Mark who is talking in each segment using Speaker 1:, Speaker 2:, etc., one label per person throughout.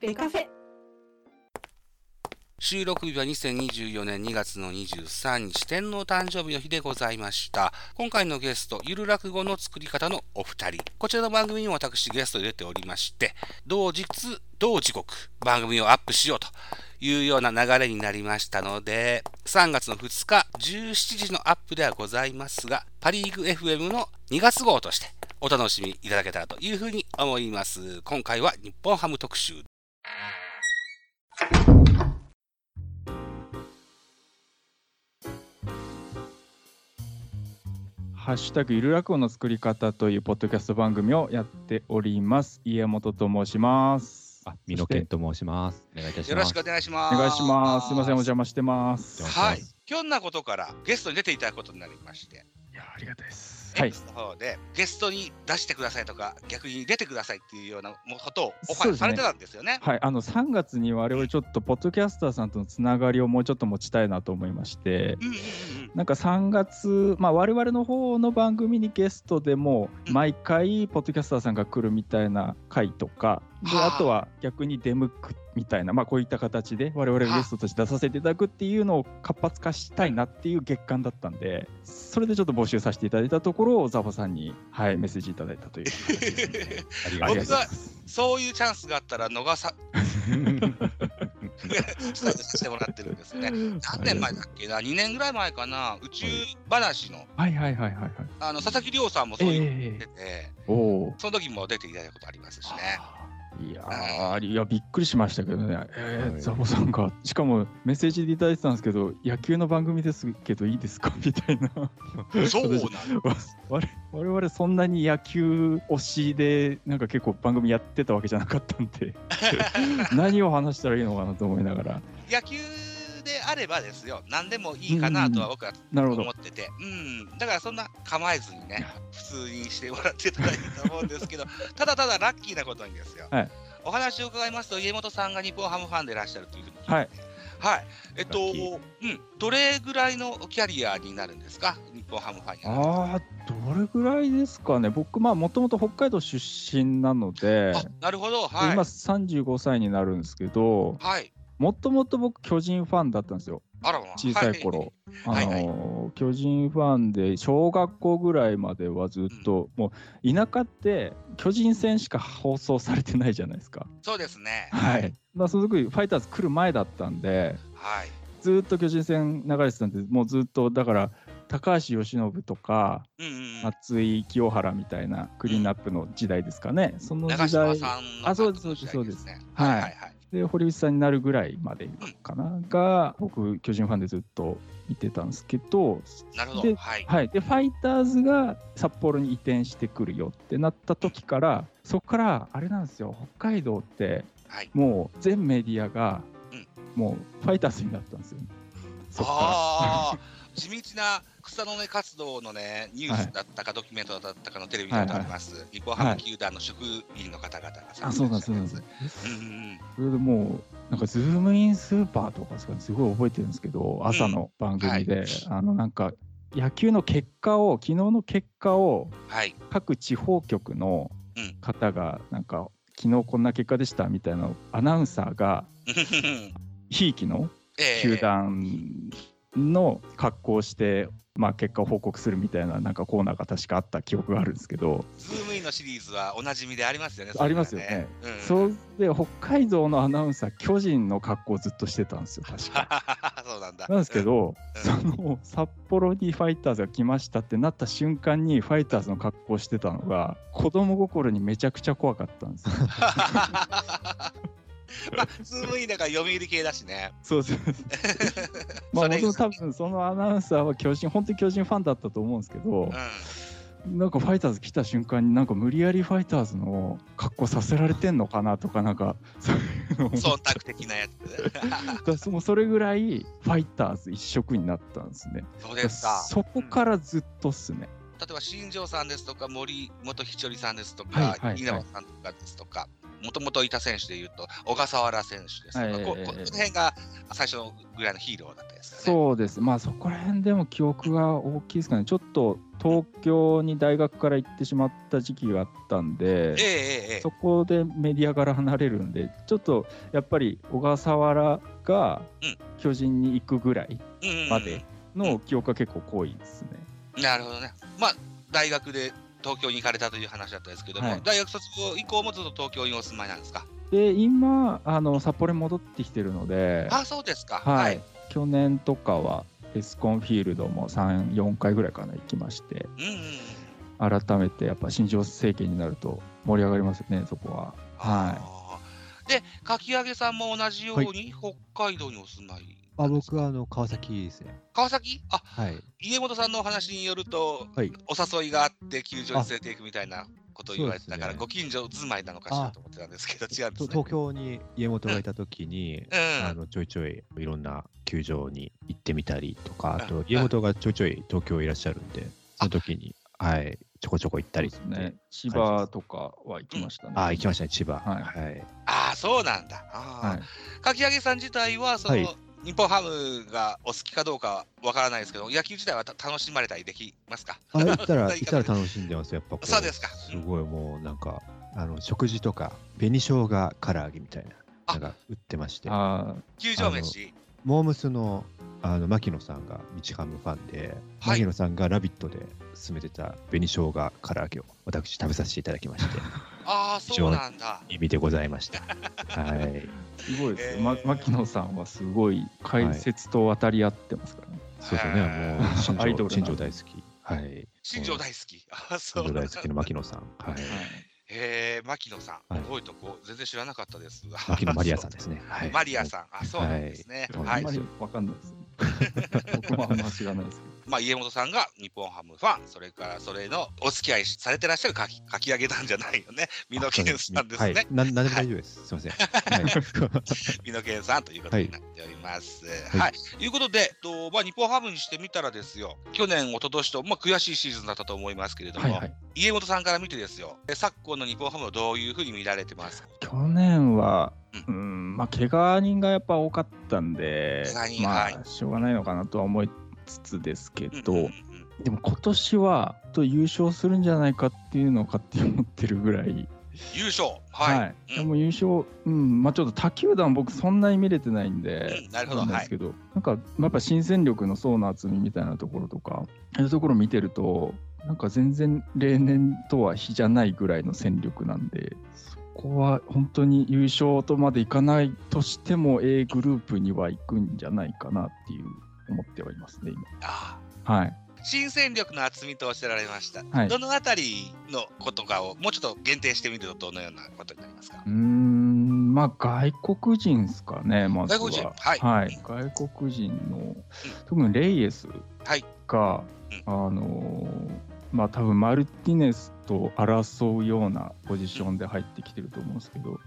Speaker 1: ベカフェ
Speaker 2: 収録日は2024年2月の23日、天皇誕生日の日でございました。今回のゲスト、ゆる落語の作り方のお二人。こちらの番組にも私ゲストで出ておりまして、同日、同時刻、番組をアップしようというような流れになりましたので、3月の2日17時のアップではございますが、パリーグ FM の2月号としてお楽しみいただけたらというふうに思います。今回は日本ハム特集。
Speaker 3: ハッシュタグゆる落語の作り方というポッドキャスト番組をやっております。家元と申します。
Speaker 4: あ、美濃健と申します。お願いいたします。
Speaker 2: よろしくお願いします。
Speaker 3: お願いします。すみません、お邪魔してます。
Speaker 4: お邪魔
Speaker 2: はい
Speaker 4: します。
Speaker 2: ひょんなことからゲストに出ていただくことになりまして、
Speaker 3: いや、ありがたいです。はい。
Speaker 2: X の方でゲストに出してくださいとか、逆に出てくださいっていうようなもうことをオフ
Speaker 3: そ
Speaker 2: ァー
Speaker 3: うですね
Speaker 2: されてたんですよね。
Speaker 3: はい、あの3月に我々ちょっとポッドキャスターさんとのつながりをもうちょっと持ちたいなと思いまして
Speaker 2: うんうんうんうん
Speaker 3: なんか3月、まあ、我々の方の番組にゲストでも毎回ポッドキャスターさんが来るみたいな回とかで
Speaker 2: はあ
Speaker 3: あとは逆に出向くみたいな、まあ、こういった形で我々がゲストとして出させていただくっていうのを活発化したいなっていう月間だったんでそれでちょっと募集させていただいたところをザボさんに、はい、メッセージいただいた という形ですね
Speaker 4: ありがと
Speaker 3: あ
Speaker 4: うご
Speaker 3: りがとうご
Speaker 4: ざ
Speaker 3: ざ
Speaker 4: い
Speaker 3: います。
Speaker 2: そういうチャンスがあったら逃 さ、
Speaker 4: ます。
Speaker 2: ちょっとさせてもらってるんですよね。何年前だっけな、2年ぐらい前かな、宇宙話の
Speaker 3: はいはいはいはいはい。
Speaker 2: あの佐々木亮さんもそういうの
Speaker 3: え
Speaker 2: 出
Speaker 3: え
Speaker 2: てて、
Speaker 3: おお。
Speaker 2: その時も出ていただいたことありますし ね。
Speaker 3: いやーいやびっくりしましたけどね、えー
Speaker 4: はい
Speaker 3: ザボさんが、しかもメッセージでいただいてたんですけど、野球の番組ですけどいいですか みたいな、わ
Speaker 2: そうなの。
Speaker 3: 我我々そんなに野球推しで、なんか結構番組やってたわけじゃなかったん で、何を話したらいいのかなと思いながら、
Speaker 2: 野球であればですよ、何でもいいかなとは僕は
Speaker 3: なるほど
Speaker 2: 思、ってて、うん、だからそんな構えずにね、普通にしてもらってたらいいと思うんです けど、ただただラッキーなことにですよ、
Speaker 3: はい
Speaker 2: お話を伺いますと、家元さんが日本ハムファンでいらっしゃるというふうに聞いて、
Speaker 3: はい
Speaker 2: はい、えっ
Speaker 4: ラ
Speaker 2: と、
Speaker 4: ッキ
Speaker 2: うん、どれぐらいのキャリアになるんですか、日本ハムファンになる
Speaker 3: あー、どれぐらいですかね、僕、まあもともと北海道出身なので、
Speaker 2: あなるほど、はい
Speaker 3: 今、35歳になるんですけど、
Speaker 2: はい、
Speaker 3: もともと僕、巨人ファンだったんですよ。
Speaker 2: あらまあ、
Speaker 3: 小さい頃、
Speaker 2: はい
Speaker 3: あの
Speaker 2: はい
Speaker 3: 巨人ファンで小学校ぐらいまではずっと、もう田舎って巨人戦しか放送されてないじゃないですか。
Speaker 2: そうですね、
Speaker 3: はい、まあ、その時ファイターズ来る前だったんで
Speaker 2: はい、
Speaker 3: ずっと巨人戦流れてたんでもうずっとだから高橋由伸とか
Speaker 2: うんうんうん、
Speaker 3: 松井清原みたいなクリーンアップの時代ですかね、その
Speaker 2: 長
Speaker 3: 時
Speaker 2: 嶋
Speaker 3: 代
Speaker 2: さんの
Speaker 3: あそうですそうです
Speaker 2: 監督の時代ね、
Speaker 3: そうです
Speaker 2: は
Speaker 3: はいい
Speaker 2: はいはい、
Speaker 3: で堀内さんになるぐらいまでかな、が僕巨人ファンでずっと見てたんですけど
Speaker 2: なるほど、
Speaker 3: で
Speaker 2: はい、
Speaker 3: はい、でファイターズが札幌に移転してくるよってなった時からそこからあれなんですよ北海道って
Speaker 2: はい、
Speaker 3: もう全メディアが
Speaker 2: うん
Speaker 3: もうファイターズになったんですよ、ね、そっか
Speaker 2: ああー、地道な草の根活動のね、ニュースだったか、ドキュメントだったかのテレビだとあります、日本ハム球団の職員の方々が
Speaker 3: らあそうなんですそうなんです
Speaker 2: うんうん
Speaker 3: それでもうなんかズームインスーパーとかですかねすごい覚えてるんですけど朝の番組で、
Speaker 2: はい
Speaker 3: あのなんか野球の結果を昨日の結果を
Speaker 2: うんはい、
Speaker 3: 各地方局の
Speaker 2: うん
Speaker 3: 方がなんか昨日こんな結果でしたみたいなのをアナウンサーがひいきの
Speaker 2: ええ
Speaker 3: 球団の格好をして、まあ、結果を報告するみたいななんかコーナーが確かあった記憶があるんですけど、
Speaker 2: ズームインのシリーズはおなじみでありますよね、
Speaker 3: ありますよね。
Speaker 2: それはねうん、
Speaker 3: それで北海道のアナウンサー巨人の格好をずっとしてたんですよ 確 か。
Speaker 2: そうなんだ。
Speaker 3: なんですけ
Speaker 2: うん、
Speaker 3: ど、
Speaker 2: う
Speaker 3: その札幌にファイターズが来ましたってなった瞬間にファイターズの格好をしてたのが子供心にめちゃくちゃ怖かったんですよ。
Speaker 2: まあ、ズームインだから読売系だしね。
Speaker 3: そ うそうそうまあ
Speaker 2: それ
Speaker 3: 僕も多分そのアナウンサーは巨人本当に巨人ファンだったと思うんですけど、
Speaker 2: うん、
Speaker 3: なんかファイターズ来た瞬間になんか無理やりファイターズの格好させられてんのかなとかなんかそういうのを思っ
Speaker 2: 忖度的なやつ。
Speaker 3: たそもうそれぐらいファイターズ一色になったんですね
Speaker 2: そうですか。
Speaker 3: そこからずっとっすね、
Speaker 2: 例えば新庄さんですとか森本ひちょりさんですと
Speaker 3: はい
Speaker 2: か
Speaker 3: はいはい
Speaker 2: 稲葉さんとかですとか、もともといた選手でいうと、小笠原選手ですと
Speaker 3: は
Speaker 2: か、
Speaker 3: い
Speaker 2: こここの辺が最初のぐらいのヒーローだったですよね。
Speaker 3: そうです、まあそこら辺でも記憶が大きいですかね、ちょっと東京に大学から行ってしまった時期があったんで、
Speaker 2: ええええええ
Speaker 3: そこでメディアから離れるんで、ちょっとやっぱり小笠原が
Speaker 2: うん
Speaker 3: 巨人に行くぐらい
Speaker 2: うん
Speaker 3: までの記憶が結構濃いですね。
Speaker 2: なるほどね。まあ、大学で東京に行かれたという話だったんですけども、
Speaker 3: はい
Speaker 2: 大学卒業以降もずっと東京にお住まいなんですか。
Speaker 3: で、今、あの札幌に戻ってきてるので、
Speaker 2: ああ、そうですか。
Speaker 3: はい、去年とかはエスコンフィールドも3、4回ぐらいかな行きまして、
Speaker 2: うんうんうん。。
Speaker 3: 改めてやっぱ新庄政権になると盛り上がりますよね、そこは。はい
Speaker 2: で、かき揚げさんも同じように北海道にお住まい。
Speaker 1: あ僕はあの川崎ですね。
Speaker 2: 川崎あ、
Speaker 1: はい。
Speaker 2: 家元さんのお話によると、
Speaker 1: はい
Speaker 2: お誘いがあって球場に連れて行くみたいなことを言われてたから、
Speaker 1: そうですね
Speaker 2: ご近所住まいなのかしらと思ってたんですけど、違うんです
Speaker 1: と
Speaker 2: ね。
Speaker 1: 東京に家元がいた時に、
Speaker 2: うん
Speaker 1: あのちょいちょいいろんな球場に行ってみたりとか、あ
Speaker 2: うん
Speaker 1: と家元がちょいちょい東京いらっしゃるんで、その時に、はい、ちょこちょこ行ったり
Speaker 3: そ
Speaker 1: し
Speaker 3: う
Speaker 1: て、
Speaker 3: ですね、千葉とかは行きましたね。
Speaker 1: ああ、行きましたね、千葉。
Speaker 3: はい
Speaker 1: はい。
Speaker 2: ああ、そうなんだ。あ
Speaker 3: はい
Speaker 2: ーかき揚げさん自体は、その、
Speaker 1: はい
Speaker 2: 日本ハムがお好きかどうかわからないですけど、野球自体はた楽しまれたりできますか
Speaker 1: あ 行ったら、
Speaker 2: そんな言い
Speaker 1: 行っ
Speaker 2: 方
Speaker 1: たら楽しんでます、やっぱこ
Speaker 2: そうですか
Speaker 1: すごいもうなんか、あの食事とか、紅生姜唐揚げみたい
Speaker 2: あ
Speaker 1: な、なんか売ってまして、
Speaker 3: あ
Speaker 2: 球場飯。
Speaker 1: モームスのあの牧野さんが日ハムファンで、
Speaker 2: はい
Speaker 1: 牧野さんが「ラビット!」で勧めてた紅生姜唐揚げを私食べさせていただきまして
Speaker 2: ああ、そうなんだ。
Speaker 1: 意味でございましたはい
Speaker 3: ーすごいですね、
Speaker 2: えー
Speaker 3: ま牧野さんはすごい解説と渡り合ってますからね。
Speaker 1: そうですねもう新
Speaker 3: アイドル
Speaker 1: 庄
Speaker 3: な
Speaker 1: 新庄大好きはい
Speaker 2: 新庄大好き。ああ、そうな
Speaker 1: 新庄
Speaker 2: んだ
Speaker 1: 大好きの牧野さんはい
Speaker 2: へえ、牧野さん、
Speaker 1: はい
Speaker 2: 覚えとこう。全然知らなかったです。
Speaker 1: 牧野マリアさんですね
Speaker 2: そ
Speaker 1: は
Speaker 2: う
Speaker 1: い
Speaker 2: マリアさん、あ、そうなんですね。
Speaker 1: は
Speaker 2: はい
Speaker 3: あ
Speaker 1: い
Speaker 3: んま。りわかんない です。僕もあんま知らないですけど。
Speaker 2: まあ、家元さんが日本ハムファン、それからそれのお付き合いされてらっしゃるかきかき上げなんじゃないよね。美濃健さんです
Speaker 1: は
Speaker 2: ね
Speaker 1: い。な何でも大丈夫です、すいません、はい、
Speaker 2: 美濃健さんということになっております。はい。
Speaker 1: はい
Speaker 2: ということで、とまあ、日本ハムにしてみたらですよ、去年、一昨年と、まあ、悔しいシーズンだったと思いますけれども、
Speaker 3: はいはい。
Speaker 2: 家元さんから見てですよ、え昨今の日本ハムをどういうふうに見られてますか
Speaker 3: 去年は、うん、まあ、怪我人がやっぱ多かったんで
Speaker 2: 怪我、人
Speaker 3: ま
Speaker 2: はい
Speaker 3: あ、しょうがないのかなとは思いつつですけ
Speaker 2: うん
Speaker 3: ど、
Speaker 2: うんうん
Speaker 3: でも今年はと優勝するんじゃないかっていうのを勝手に思ってるぐらい、
Speaker 2: 優勝、はい。うん
Speaker 3: でも優勝、うんまあ、ちょっと他球団、僕、そんなに見れてないん
Speaker 2: う
Speaker 3: で
Speaker 2: ん、なるほど
Speaker 3: なんですけど、なんかやっぱ新戦力の層の厚みみたいなところとか、そういうところ見てると、なんか全然例年とは比じゃないぐらいの戦力なんで、そこは本当に優勝とまでいかないとしても、A グループには行くんじゃないかなっていう思ってはいますね、
Speaker 2: あ
Speaker 3: 今。はい
Speaker 2: ー新戦力の厚みとおっしゃられました、
Speaker 3: はい
Speaker 2: どのあたりのことかをもうちょっと限定してみるとどのようなことになりますか
Speaker 3: うーんまあ外国人ですかね、まずは。
Speaker 2: 外国人はい
Speaker 3: 外国人の、特にレイエス
Speaker 2: はい
Speaker 3: が、
Speaker 2: うん
Speaker 3: あのーまあ多分マルティネスと争うようなポジションで入ってきてると思うんですけど、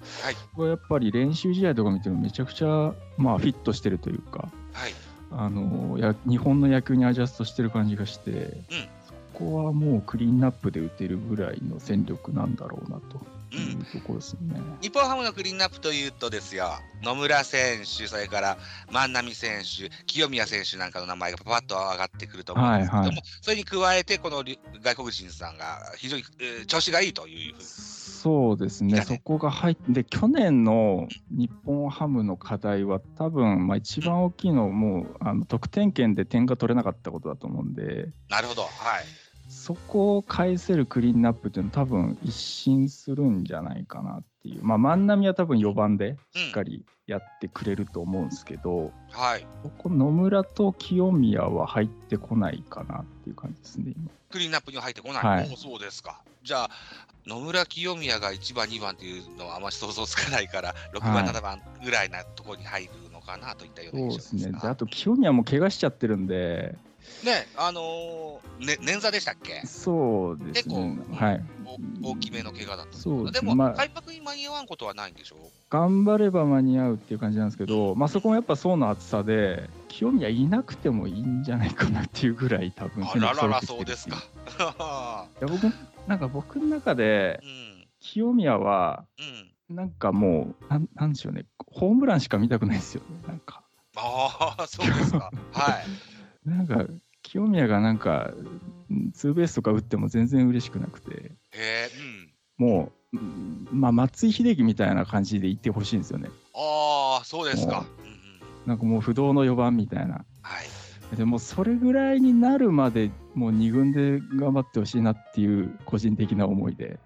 Speaker 3: これやっぱり練習試合とか見てもめちゃくちゃ、まあ、フィットしてるというか、
Speaker 2: はい
Speaker 3: あのーや日本の野球にアジャストしてる感じがして、そこはもうクリーンナップで打てるぐらいの戦力なんだろうなと
Speaker 2: う
Speaker 3: い
Speaker 2: ん
Speaker 3: うところですね。
Speaker 2: 日本ハムのクリーンナップというとですよ野村選手それから万波選手清宮選手なんかの名前がパパッと上がってくると思うんですけども、
Speaker 3: はいはい
Speaker 2: それに加えてこのり外国人さんが非常に、えー調子がいいというふうに
Speaker 3: そうです
Speaker 2: い
Speaker 3: ね、
Speaker 2: や
Speaker 3: そこが入って、去年の日本ハムの課題は、多分まあ一番大きいのは、もうあの得点圏で点が取れなかったことだと思うんで、
Speaker 2: なるほどはい
Speaker 3: そこを返せるクリーンナップっていうのは、多分一新するんじゃないかなっていう、まあ、万波は多分4番でしっかりやってくれると思うんですけど、
Speaker 2: はい
Speaker 3: ここ、野村と清宮は入ってこないかなっていう感じですね、今
Speaker 2: クリーンナップには入ってこない、
Speaker 3: はい
Speaker 2: おうそうですかじゃあ野村清宮が1番2番っていうのはあまり想像つかないから6番、
Speaker 3: はい
Speaker 2: 7番ぐらいなところに入るのかなといったような
Speaker 3: そう
Speaker 2: 印
Speaker 3: で
Speaker 2: 象です
Speaker 3: ね、で
Speaker 2: が
Speaker 3: あと清宮も怪我しちゃってるんで、
Speaker 2: ねあのーね捻挫でしたっけ
Speaker 3: そうですね
Speaker 2: 結。構
Speaker 3: はい
Speaker 2: お大きめの怪我だった
Speaker 3: そう
Speaker 2: で
Speaker 3: ですね
Speaker 2: も、
Speaker 3: まあ
Speaker 2: 開幕に間に合わんことはないんでしょ
Speaker 3: 頑張れば間に合うっていう感じなんですけど、まあ、そこもやっぱ層の厚さで清宮いなくてもいいんじゃないかなっていうぐらい多分
Speaker 2: あ
Speaker 3: 戦
Speaker 2: ら
Speaker 3: 力
Speaker 2: らら、
Speaker 3: 揃
Speaker 2: そ
Speaker 3: っ
Speaker 2: う
Speaker 3: て
Speaker 2: で
Speaker 3: き
Speaker 2: す
Speaker 3: てる
Speaker 2: か
Speaker 3: ってい。や僕なんか僕の中で
Speaker 2: うん、
Speaker 3: 清宮は
Speaker 2: うん、
Speaker 3: なんかもう、なんなんでしょうね、ホームランしか見たくないですよね。なんか、
Speaker 2: ああ、そうです か。はい。
Speaker 3: なんか清宮がなんか、うんツーベースとか打っても全然嬉しくなくて、
Speaker 2: へえ、うん。
Speaker 3: もう、うんまあ、松井秀喜みたいな感じでいってほしいんですよね。
Speaker 2: ああ、そうですか。うんうん、
Speaker 3: なんかもう不動の4番みたいな。
Speaker 2: はい。
Speaker 3: でもうそれぐらいになるまでもう2軍で頑張ってほしいなっていう個人的な思いで。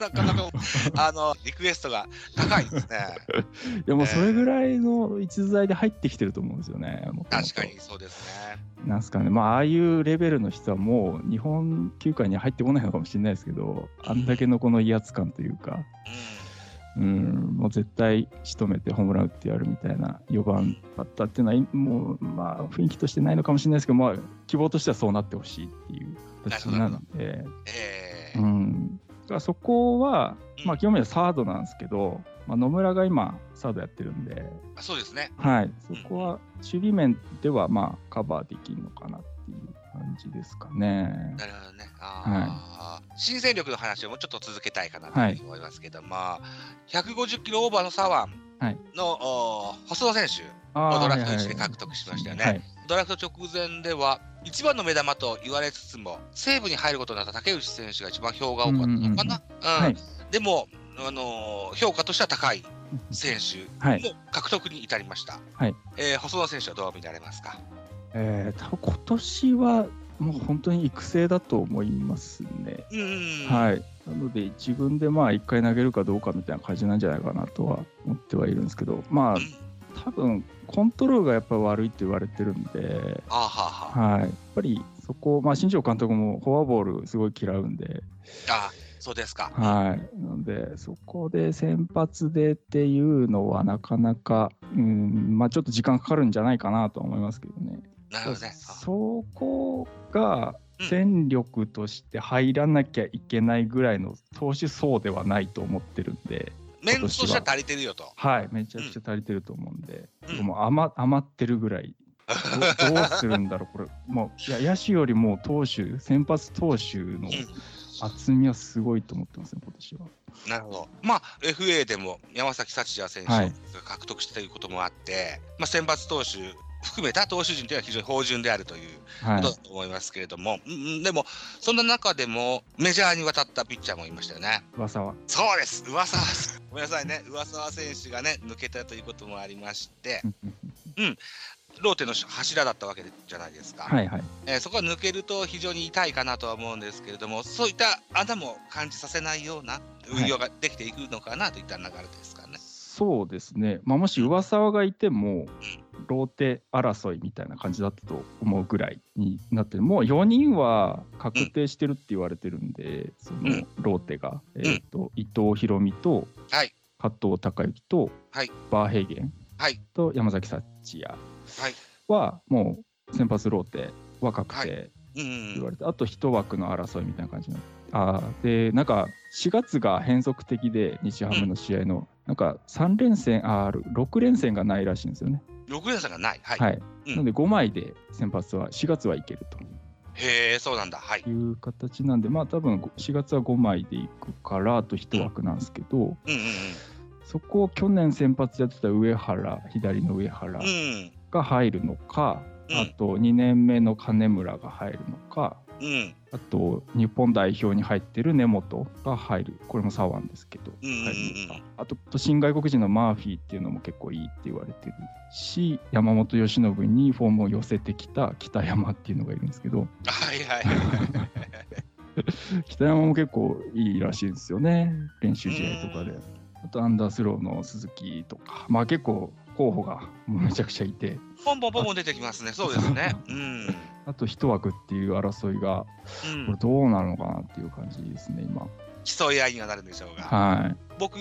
Speaker 2: なか なか、あの、リクエストが高いですね。
Speaker 3: いやもうそれぐらいの逸材で入ってきてると思うんですよね。もともと
Speaker 2: 確かにそうですね。
Speaker 3: なんすかね、まあ、ああいうレベルの人はもう日本球界に入ってこないのかもしれないですけど、あんだけのこの威圧感というか、うん、もう絶対仕留めてホームラン打ってやるみたいな4番だったっていうのは、もう、まあ、雰囲気としてないのかもしれないですけど、まあ、希望としてはそうなってほしいっていう形なので、
Speaker 2: うん。ええ
Speaker 3: うん、だからそこは、まあ、清宮はサードなんですけど、まあ、野村が今、サードやってるんで、
Speaker 2: あそうですね。
Speaker 3: はい、そこは守備面ではまあカバーできるのかなっていう感じですかね。
Speaker 2: なるほどね。ああ、新戦力の話をもうちょっと続けたいかなというふうに思いますけど、まあ、150キロオーバーの左
Speaker 3: はい
Speaker 2: 腕の、おー細野選手
Speaker 3: あ
Speaker 2: を
Speaker 3: ー
Speaker 2: ドラフトして獲得しましたよね。
Speaker 3: はいはい
Speaker 2: ドラフト直前では、一番の目玉と言われつつも、西武に入ることになった竹内選手が一番票が多かったのかな。うん
Speaker 3: はい
Speaker 2: でも、あのー評価としては高い選手
Speaker 3: はい
Speaker 2: の獲得に至りました。
Speaker 3: はい
Speaker 2: えー細野選手はどう見られますか
Speaker 3: えー多分今年はもう本当に育成だと思いますね。
Speaker 2: うんうんうん。
Speaker 3: はい、なので一軍でまあ1回投げるかどうかみたいな感じなんじゃないかなとは思ってはいるんですけど、
Speaker 2: う
Speaker 3: ま
Speaker 2: ん
Speaker 3: あ多分コントロールがやっぱり悪いって言われてるんで、
Speaker 2: あーはーはー
Speaker 3: はい、やっぱりそこ、まあ、新庄監督もフォアボールすごい嫌うんで、
Speaker 2: あーそうですか。
Speaker 3: はい、なので、そこで先発でっていうのは、なかなか、うんまあ、ちょっと時間かかるんじゃないかなとは思いますけどね。
Speaker 2: なるほどね。あ
Speaker 3: そこが
Speaker 2: うん
Speaker 3: 戦力として入らなきゃいけないぐらいの投手層ではないと思ってるんで、
Speaker 2: メンツとしては足りてるよと。
Speaker 3: はい、めちゃくちゃ足りてると思うんで、
Speaker 2: うん
Speaker 3: もう余余ってるぐらい。どどうするんだろう、これ、もういや野手よりも投手、先発投手の厚みはすごいと思ってますね、今年は。
Speaker 2: なるほど。まあ、FA でも山崎幸也選手
Speaker 3: はい
Speaker 2: が獲得したということもあって、まあ、選抜投手含めた投手陣というのは非常に芳醇であるというこ
Speaker 3: はい
Speaker 2: とだと思いますけれども、うんうん、でも、そんな中でもメジャーに渡ったピッチャーもいましたよね。
Speaker 3: 噂は。
Speaker 2: そうです、上沢さん。ご めんなさいね、上沢選手がね、抜けたということもありまして、ローテの柱だったわけじゃないですか。
Speaker 3: はいはい。
Speaker 2: えーそこが抜けると非常に痛いかなとは思うんですけれども、そういった穴も感じさせないような運用ができていくのかなといった流れですかね。
Speaker 3: そうですね、まあ、もし上沢がいても、ローテ争いみたいな感じだったと思うぐらいになってる、もう4人は確定してるって言われてるんで、そのローテが、えー、と伊藤博美と
Speaker 2: はい、
Speaker 3: 加藤隆之と、
Speaker 2: はい
Speaker 3: バーヘイゲン
Speaker 2: はい、
Speaker 3: と山崎幸也
Speaker 2: はい
Speaker 3: は、もう先発ローテは確定って
Speaker 2: う
Speaker 3: 言わ
Speaker 2: ん、
Speaker 3: れて、あと一枠の争いみたいな感じになって。あーでなんか4月が変則的で日ハムの試合の、なんか3連戦あ6連戦がないらしいんですよね。
Speaker 2: 6連戦がない。はい。
Speaker 3: はい
Speaker 2: うん
Speaker 3: なので5枚で先発は4月はいける
Speaker 2: へえ、そうなんだ。はい
Speaker 3: と。いう形なんでまあ多分4月は5枚でいくからあと1枠なんですけど、
Speaker 2: うん
Speaker 3: そこを去年先発やってた上原左の上原
Speaker 2: うんうん。
Speaker 3: が入るのか、
Speaker 2: うん
Speaker 3: あと2年目の金村が入るの
Speaker 2: うん
Speaker 3: か。
Speaker 2: うん
Speaker 3: あと日本代表に入ってる根本が入るこれも左腕ですけど、
Speaker 2: うんうんうん
Speaker 3: 入るのかあと新外国人のマーフィーっていうのも結構いいって言われてるし山本由伸にフォームを寄せてきた北山っていうのがいるんです けど
Speaker 2: はいはい。
Speaker 3: 北山も結構いいらしいんですよね練 習試合とかで
Speaker 2: うん
Speaker 3: あとアンダースローの鈴木とかまあ結構候補がもうめちゃくちゃいて
Speaker 2: ポンポンポンポン出てきますね。そうですね。 うん。
Speaker 3: あと一枠っていう争いが
Speaker 2: うん
Speaker 3: これどうなるのかなっていう感じですね今
Speaker 2: 競い合いにはなるんでしょうが。
Speaker 3: はい
Speaker 2: 僕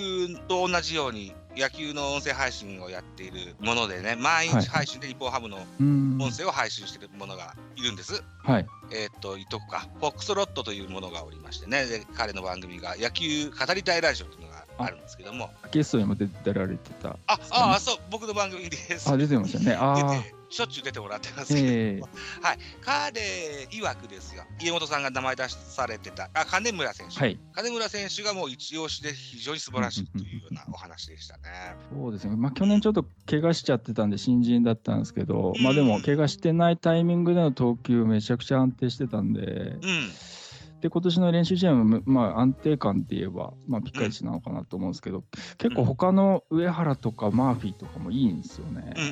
Speaker 2: と同じように野球の音声配信をやっているものでね、毎日配信で日本ハムの
Speaker 3: うん
Speaker 2: 音声を配信しているものがいるんです。
Speaker 3: はい
Speaker 2: えーっと、いっとくか、フォックストロットというものがおりましてね、で彼の番組が野球語りたいラジオというのがあるんですけども、
Speaker 3: ゲストにも出てられてた。
Speaker 2: あああ、そう、僕の番組です。
Speaker 3: あ、出てましたよね。あ
Speaker 2: 出
Speaker 3: あ
Speaker 2: て、しょっちゅう出てもらってますけど、
Speaker 3: ええ
Speaker 2: 彼曰くですよ、家元さんが名前出されてた、あ金村選手、
Speaker 3: はい。
Speaker 2: 金村選手がもう一押しで非常に素晴らしいというようなお話でしたね。
Speaker 3: そうですね。まあ去年ちょっと怪我しちゃってたんで新人だったんですけど、まあでも怪我してないタイミングでの投球めちゃくちゃ安定してたんで、
Speaker 2: うん、
Speaker 3: で今年の練習試合も、まあ、安定感って言えば、まあ、ピカイチなのかなと思うんですけど、結構他の上原とかマーフィーとかもいいんですよね。
Speaker 2: うん、う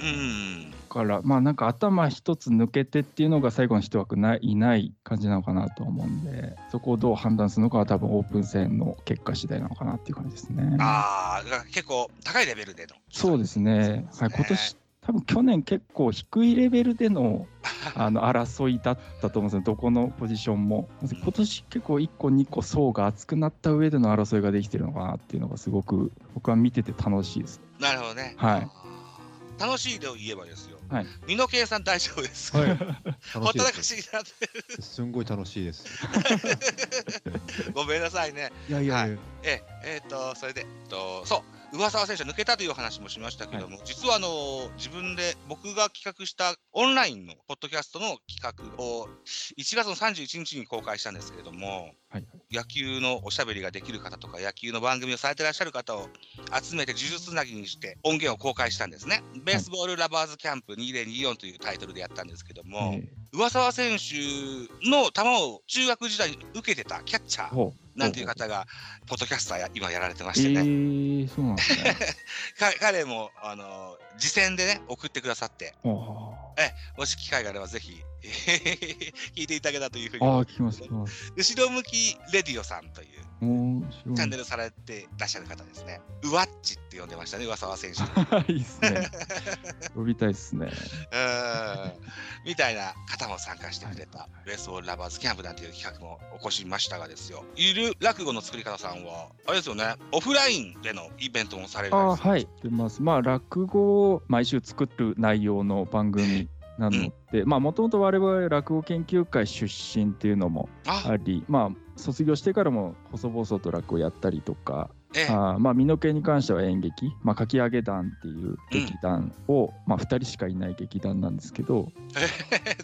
Speaker 2: ん、
Speaker 3: だから、まあ、なんか頭一つ抜けてっていうのが最後の一枠ないいない感じなのかなと思うんで、そこをどう判断するのかは多分オープン戦の結果次第なのかなっていう感じですね。
Speaker 2: ああ、だから結構高いレベルでの。
Speaker 3: そうですね。
Speaker 2: そう
Speaker 3: は
Speaker 2: で
Speaker 3: い、
Speaker 2: すね
Speaker 3: 今年多分去年結構低いレベル でのあの争いだったと思うんですよ、どこのポジションも。今年結構1個、2個層が厚くなった上での争いができてるのかなっていうのが、すごく僕は見てて楽しいです。
Speaker 2: なるほどね。
Speaker 3: はい
Speaker 2: い。楽しいと言えばですよ。
Speaker 3: はい
Speaker 2: 身の計算大丈夫です。
Speaker 4: はい
Speaker 2: ほったらか
Speaker 4: です
Speaker 2: しになって。
Speaker 4: すんごい楽しいです。
Speaker 2: ごめんなさいね。
Speaker 4: いやい
Speaker 2: や
Speaker 4: や
Speaker 2: い
Speaker 4: い
Speaker 2: や
Speaker 4: や。
Speaker 2: えええっとそれで、えっとそう上沢選手は抜けたという話もしましたけども、実はあの自分で僕が企画したオンラインのポッドキャストの企画を1月の31日に公開したんですけれども。
Speaker 3: はい、
Speaker 2: 野球のおしゃべりができる方とか野球の番組をされてらっしゃる方を集めて呪術つなぎにして音源を公開したんですね。ベースボールラバーズキャンプ2024というタイトルでやったんですけども、
Speaker 3: え
Speaker 2: 上沢選手の球を中学時代に受けてたキャッチャ
Speaker 3: ー
Speaker 2: ー
Speaker 3: ほう
Speaker 2: なんていう方がポッドキャスターや今やられてま
Speaker 3: え
Speaker 2: してね、
Speaker 3: ー、そうなんで すね。
Speaker 2: か彼もあの次戦でね送ってくださって
Speaker 3: あ
Speaker 2: もし機会があればぜひ 聞いていただけたらというふう
Speaker 3: あ
Speaker 2: に
Speaker 3: ー、聞きます、聞きます。
Speaker 2: 後ろ向きレディオさんという
Speaker 3: 面白い。
Speaker 2: チャンネルされてらっしゃる方ですね。うわっちって呼んでましたね、上沢 選手。う
Speaker 3: いいです ね。呼びたいですね。
Speaker 2: ーんみたいな方も参加してくれた、ベースボールラバーズキャンプなんていう企画も起こしましたがですよ。ゆる落語の作り方さんは、あれですよね、オフラインでのイベントもされる
Speaker 3: あ
Speaker 2: ん
Speaker 3: あ
Speaker 2: ですよ
Speaker 3: はい出ますまあ落語を毎週作る内容の番組なので、まあもともと我々落語研究会出身っていうのも
Speaker 2: あ、
Speaker 3: ありまあ卒業してからも細々と落語やったりとか
Speaker 2: ええ、
Speaker 3: あーまあ美濃系に関しては演劇、まあ、かき上げ団っていう劇団を、まあ2人しかいない劇団なんですけど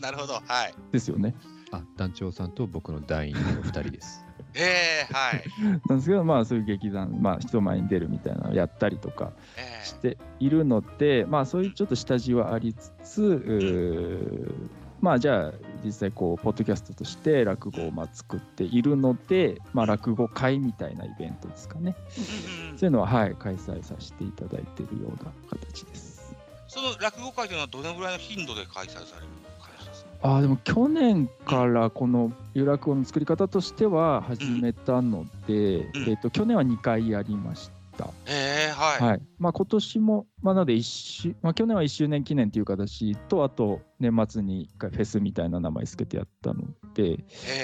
Speaker 2: なるほど、はい。
Speaker 3: ですよね
Speaker 4: あ、団長さんと僕の団員の二人です。
Speaker 2: ええはい。
Speaker 3: なんですけどまあそういう劇団まあ人前に出るみたいなのをやったりとか
Speaker 2: ええ
Speaker 3: しているので、まあ、そういうちょっと下地はありつつ、うーまあ、じゃあ実際こうポッドキャストとして落語をまあ作っているので、まあ、落語会みたいなイベントですかね
Speaker 2: うん うん
Speaker 3: そういうのは、はい、開催させていただいているような形です。
Speaker 2: その落語会というのはどのぐらいの頻度で開催される感じですか
Speaker 3: あーでも去年からこの有楽語の作り方としては始めたので、
Speaker 2: うん
Speaker 3: えっと去年は2回やりました。
Speaker 2: ええはい。
Speaker 3: はいまあ、今年も、まあ、なので一周、まあ、去年は1周年記念という形と、あと年末に1回フェスみたいな名前つけてやったので、
Speaker 2: え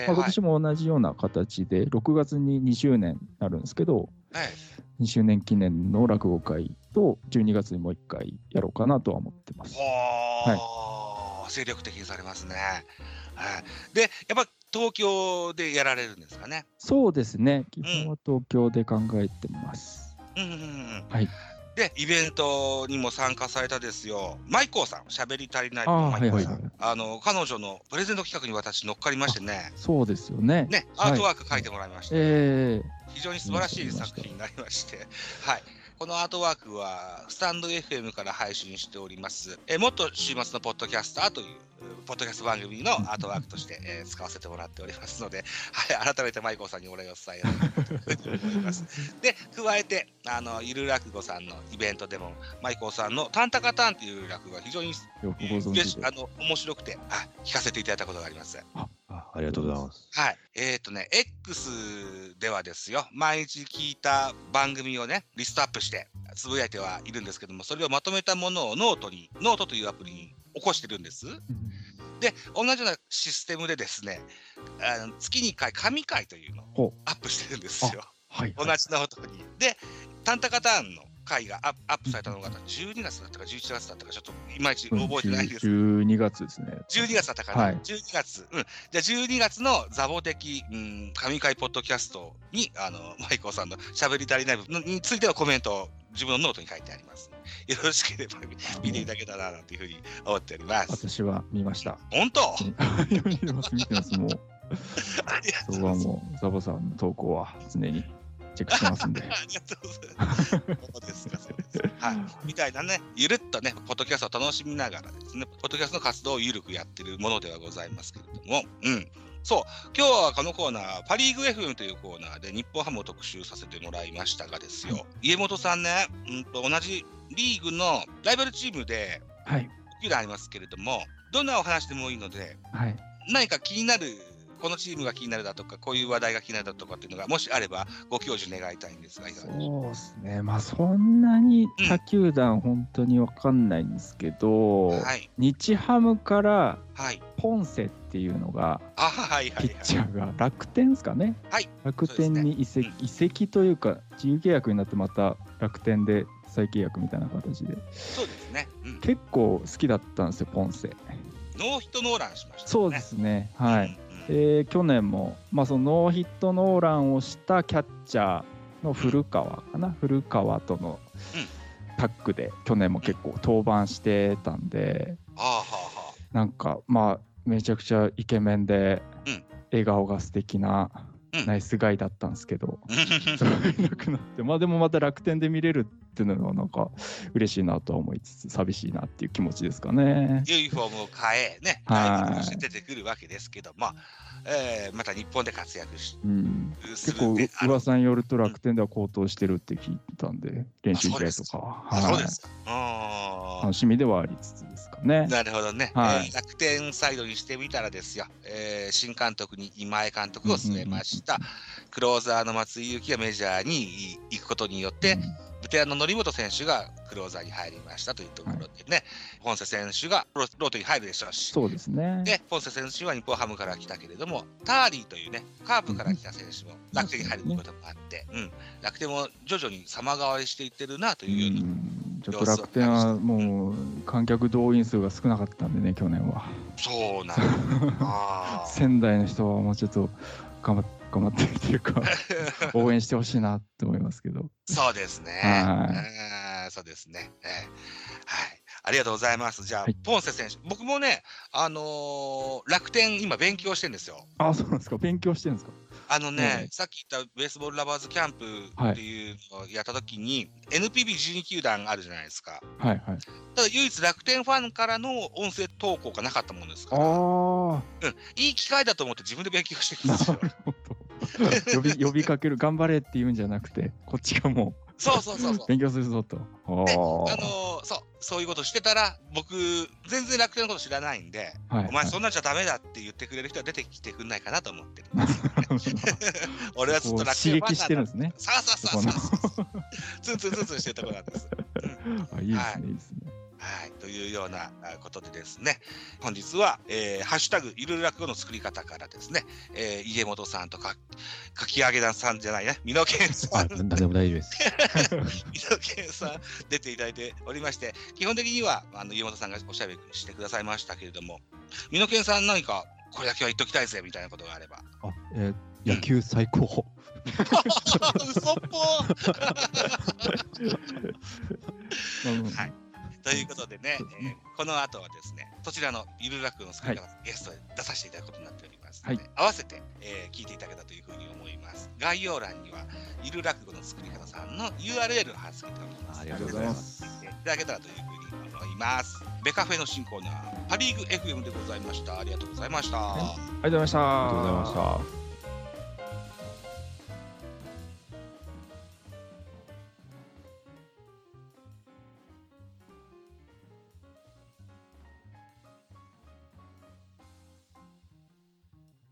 Speaker 2: え
Speaker 3: まあ、今
Speaker 2: はい。
Speaker 3: 年も同じような形で、6月に2周年になるんですけど、
Speaker 2: え
Speaker 3: 2周年記念の落語会と、12月にもう1回やろうかなとは思ってます
Speaker 2: え。はあ、精力的にされますね。はい。で、やっぱ東京でやられるんですかね。
Speaker 3: そうですね、基本は東京で考えてます。
Speaker 2: うんうんうん。
Speaker 3: はい。
Speaker 2: で、イベントにも参加されたですよ。マイコーさん、喋り足りない
Speaker 3: あ
Speaker 2: マ
Speaker 3: あ、はい
Speaker 2: イコ
Speaker 3: は
Speaker 2: ー
Speaker 3: い
Speaker 2: さん。
Speaker 3: はい。
Speaker 2: あの彼女のプレゼント企画に私乗っかりましてね。
Speaker 3: そうですよね。
Speaker 2: ね、
Speaker 3: はい
Speaker 2: アートワーク書いてもらいました。
Speaker 3: え
Speaker 2: 非常に素晴らしい作品になりまして、はい。このアートワークは、スタンド FM から配信しております、えもっと週末のポッドキャスターという、えポッドキャスト番組のアートワークとして、えー使わせてもらっておりますので、はい、改めてマイコーさんにお礼を伝えようと思います。で、加えて、あの、ゆる落語さんのイベントでも、マイコーさんのタンタカタンっていう落語が非常に、
Speaker 3: えよくご存
Speaker 2: 嬉
Speaker 3: 知
Speaker 2: し
Speaker 3: で。
Speaker 2: あの面白くて、はい聞かせていただいたことがあります。
Speaker 4: あ、ありがとうございます。
Speaker 2: はい。えっ、とね、X ではですよ、毎日聞いた番組をね、リストアップして、つぶやいてはいるんですけども、それをまとめたものをノートに、ノートというアプリに起こしてるんです。
Speaker 3: うん
Speaker 2: で、同じようなシステムでですね、あの月に1回、神回というの
Speaker 3: ほ
Speaker 2: をアップしてるんですよ。
Speaker 3: はい、
Speaker 2: 同じノートに。で、タンタカターンの回がアップアップされたのが12月だったか11月だったかちょっといまいち
Speaker 3: うん
Speaker 2: 覚えてないです
Speaker 3: 12月ですね。
Speaker 2: 12月だったかな、
Speaker 3: はい
Speaker 2: 12月、うん、じゃあ12月のザボ的、うん、神回ポッドキャストにあのマイコーさんのしゃべり足りない部分についてはコメントを自分のノートに書いてありますよろしければ見ていただけたらなというふうに思っております
Speaker 3: 私は見 ました。
Speaker 2: 本当
Speaker 3: うん見てます、見てます、もう。
Speaker 2: ありがと
Speaker 3: そう
Speaker 2: ござ
Speaker 3: こはい
Speaker 2: ます
Speaker 3: もう、ザボさんの投稿は常にチェックしてま すんで。
Speaker 2: ありがとうございます。そうですか、そうですか。はい。みたいなね、ゆるっとね、ポッドキャストを楽しみながらですね、ポッドキャストの活動をゆるくやってるものではございますけれども、うん。そう、今日はこのコーナー、パ・リーグ FM というコーナーで日本ハムを特集させてもらいましたがですよ、家元さんね、うんと同じリーグのライバルチームで、
Speaker 3: はい。
Speaker 2: いろありますけれども、どんなお話でもいいので、
Speaker 3: はい。
Speaker 2: 何か気になる、このチームが気になるだとか、こういう話題が気になるだとかっていうのが、もしあれば、ご教授願いたいんですが、いかがでしょうか
Speaker 3: そうですね。まあ、そんなに他球団、本当にわかんないんですけど、
Speaker 2: はい、
Speaker 3: 日ハムから
Speaker 2: はい、
Speaker 3: ポンセっていうのが、
Speaker 2: あ、はい、はい、
Speaker 3: ピッチャーが楽天ですかね。
Speaker 2: はい
Speaker 3: 楽天に移籍、
Speaker 2: そう
Speaker 3: 移籍というか、自由契約になってまた楽天で再契約みたいな形で。
Speaker 2: そうですね。うん、
Speaker 3: 結構好きだったんですよ、ポンセ。
Speaker 2: ノーヒットノーランしました、ね。
Speaker 3: そうで。すね。はい。
Speaker 2: うん。
Speaker 3: えー去年も、まあ、そのノーヒットノーランをしたキャッチャーの古川かな古川とのタッグで去年も結構登板してたんで
Speaker 2: ああ、はあ、は
Speaker 3: なんかまあめちゃくちゃイケメンで
Speaker 2: うん
Speaker 3: 笑顔が素敵な
Speaker 2: うん
Speaker 3: ナイスガイだったんですけど、
Speaker 2: あ。
Speaker 3: それがいなくなってまあでもまた楽天で見れるっていうのはなんか嬉しいなとは思いつつ寂しいなっていう気持ちですか ね。
Speaker 2: ユニフォームを変え、ね、外
Speaker 3: はい
Speaker 2: 国として出てくるわけですけど、まあ、えー、また日本で活躍し
Speaker 3: うん
Speaker 2: す
Speaker 3: 結
Speaker 2: る
Speaker 3: 構
Speaker 2: ねあの
Speaker 3: 噂によると楽天では高騰してるって聞いたんで練習試合とか
Speaker 2: あそう
Speaker 3: は
Speaker 2: で
Speaker 3: い
Speaker 2: すか。あ
Speaker 3: 楽しみではありつつですかね。
Speaker 2: なるほどね、
Speaker 3: はい
Speaker 2: えー楽天サイドにしてみたらですよ、えー新監督に今井監督を据えました、クローザーの松井裕樹がメジャーに行くことによって、ベテランの則本選手がクローザーに入りましたというところでね、ポンセ選手がロロートに入るでしょうし、
Speaker 3: そうですね。
Speaker 2: でポンセ選手は日本ハムから来たけれども、ターリーというね、カープから来た選手も楽天に入ることもあって、うん楽天も徐々に様変わりしていってるなと
Speaker 3: う
Speaker 2: いうような、
Speaker 3: んちょっと楽天はもう観客動員数が少なかったんでね、去年は。
Speaker 2: そうなんだ あー
Speaker 3: 仙台の人はもうちょっと頑張っ頑張ってるという か、応援してほしいなって思いますけど。
Speaker 2: そうですね。
Speaker 3: はい
Speaker 2: うんそうですね、ええはい。ありがとうございます。じゃあ、
Speaker 3: はい
Speaker 2: ポンセ選手、僕もね、あのー楽天、今、勉強してるんですよ。
Speaker 3: あ、そうなんですか、勉強してるんですか。
Speaker 2: あのね、
Speaker 3: ええ
Speaker 2: さっき言ったベースボールラバーズキャンプっていうのをやったときに、NPB12 球団あるじゃないですか。
Speaker 3: はいはい。
Speaker 2: ただ、唯一楽天ファンからの音声投稿がなかったもの ですから、うん、
Speaker 3: あ
Speaker 2: いい機会だと思って自分で勉強して
Speaker 3: あ、
Speaker 2: るん
Speaker 3: な
Speaker 2: ですよ。
Speaker 3: るほど。呼び呼びかける、頑張れって言うんじゃなくて、こっちがもう。
Speaker 2: そうそうそうそう。
Speaker 3: 勉強するぞと。
Speaker 2: で、あ
Speaker 3: お
Speaker 2: の
Speaker 3: ー
Speaker 2: ーそう、そういうことしてたら、僕、全然楽天のこと知らないんで、
Speaker 3: はい
Speaker 2: お前そ
Speaker 3: は
Speaker 2: んなんじゃ ダメだって言ってくれる人は出てきてくんないかなと思ってるんですよ ね俺はずっと楽
Speaker 3: こう刺激してるんですね
Speaker 2: さあさあさあさあツンツンツンツンしてるところなんです。
Speaker 3: い あいいですね、いいですね。
Speaker 2: はい、というようなあことでですね、本日は、えーハッシュタグいろいろ落語の作り方からですね、えー家元さんとか、かき揚げ団さんじゃないね、美濃健さ
Speaker 4: あ、
Speaker 2: ん、
Speaker 4: なん でも大丈夫です。
Speaker 2: 美濃健さん出ていただいておりまして、基本的にはあの家元さんがおしゃべりしてくださいましたけれども、美濃健さん何かこれだけは言っときたいぜみたいなことがあれば。
Speaker 4: あ、えー、野球最高峰。
Speaker 2: 嘘っぽー
Speaker 3: まあ
Speaker 2: はいということでね
Speaker 3: そうですね
Speaker 2: えーこの後はですね、そちらのゆるらくの作り方、ゲストで出させていただくことになっておりますので、
Speaker 3: は
Speaker 2: 合わせて、えー聞いていただけたというふうに思います。概要欄には、ゆるらくの作り方さんの URL を貼り付けております。
Speaker 4: ありがとうございます
Speaker 2: ぜひ見ていただけたらというふうに思います。ベカフェの新コーナー、パリーグ FM でございました。ありがとうございました。
Speaker 3: ありがとうございました。
Speaker 4: ありがとうございま
Speaker 3: した。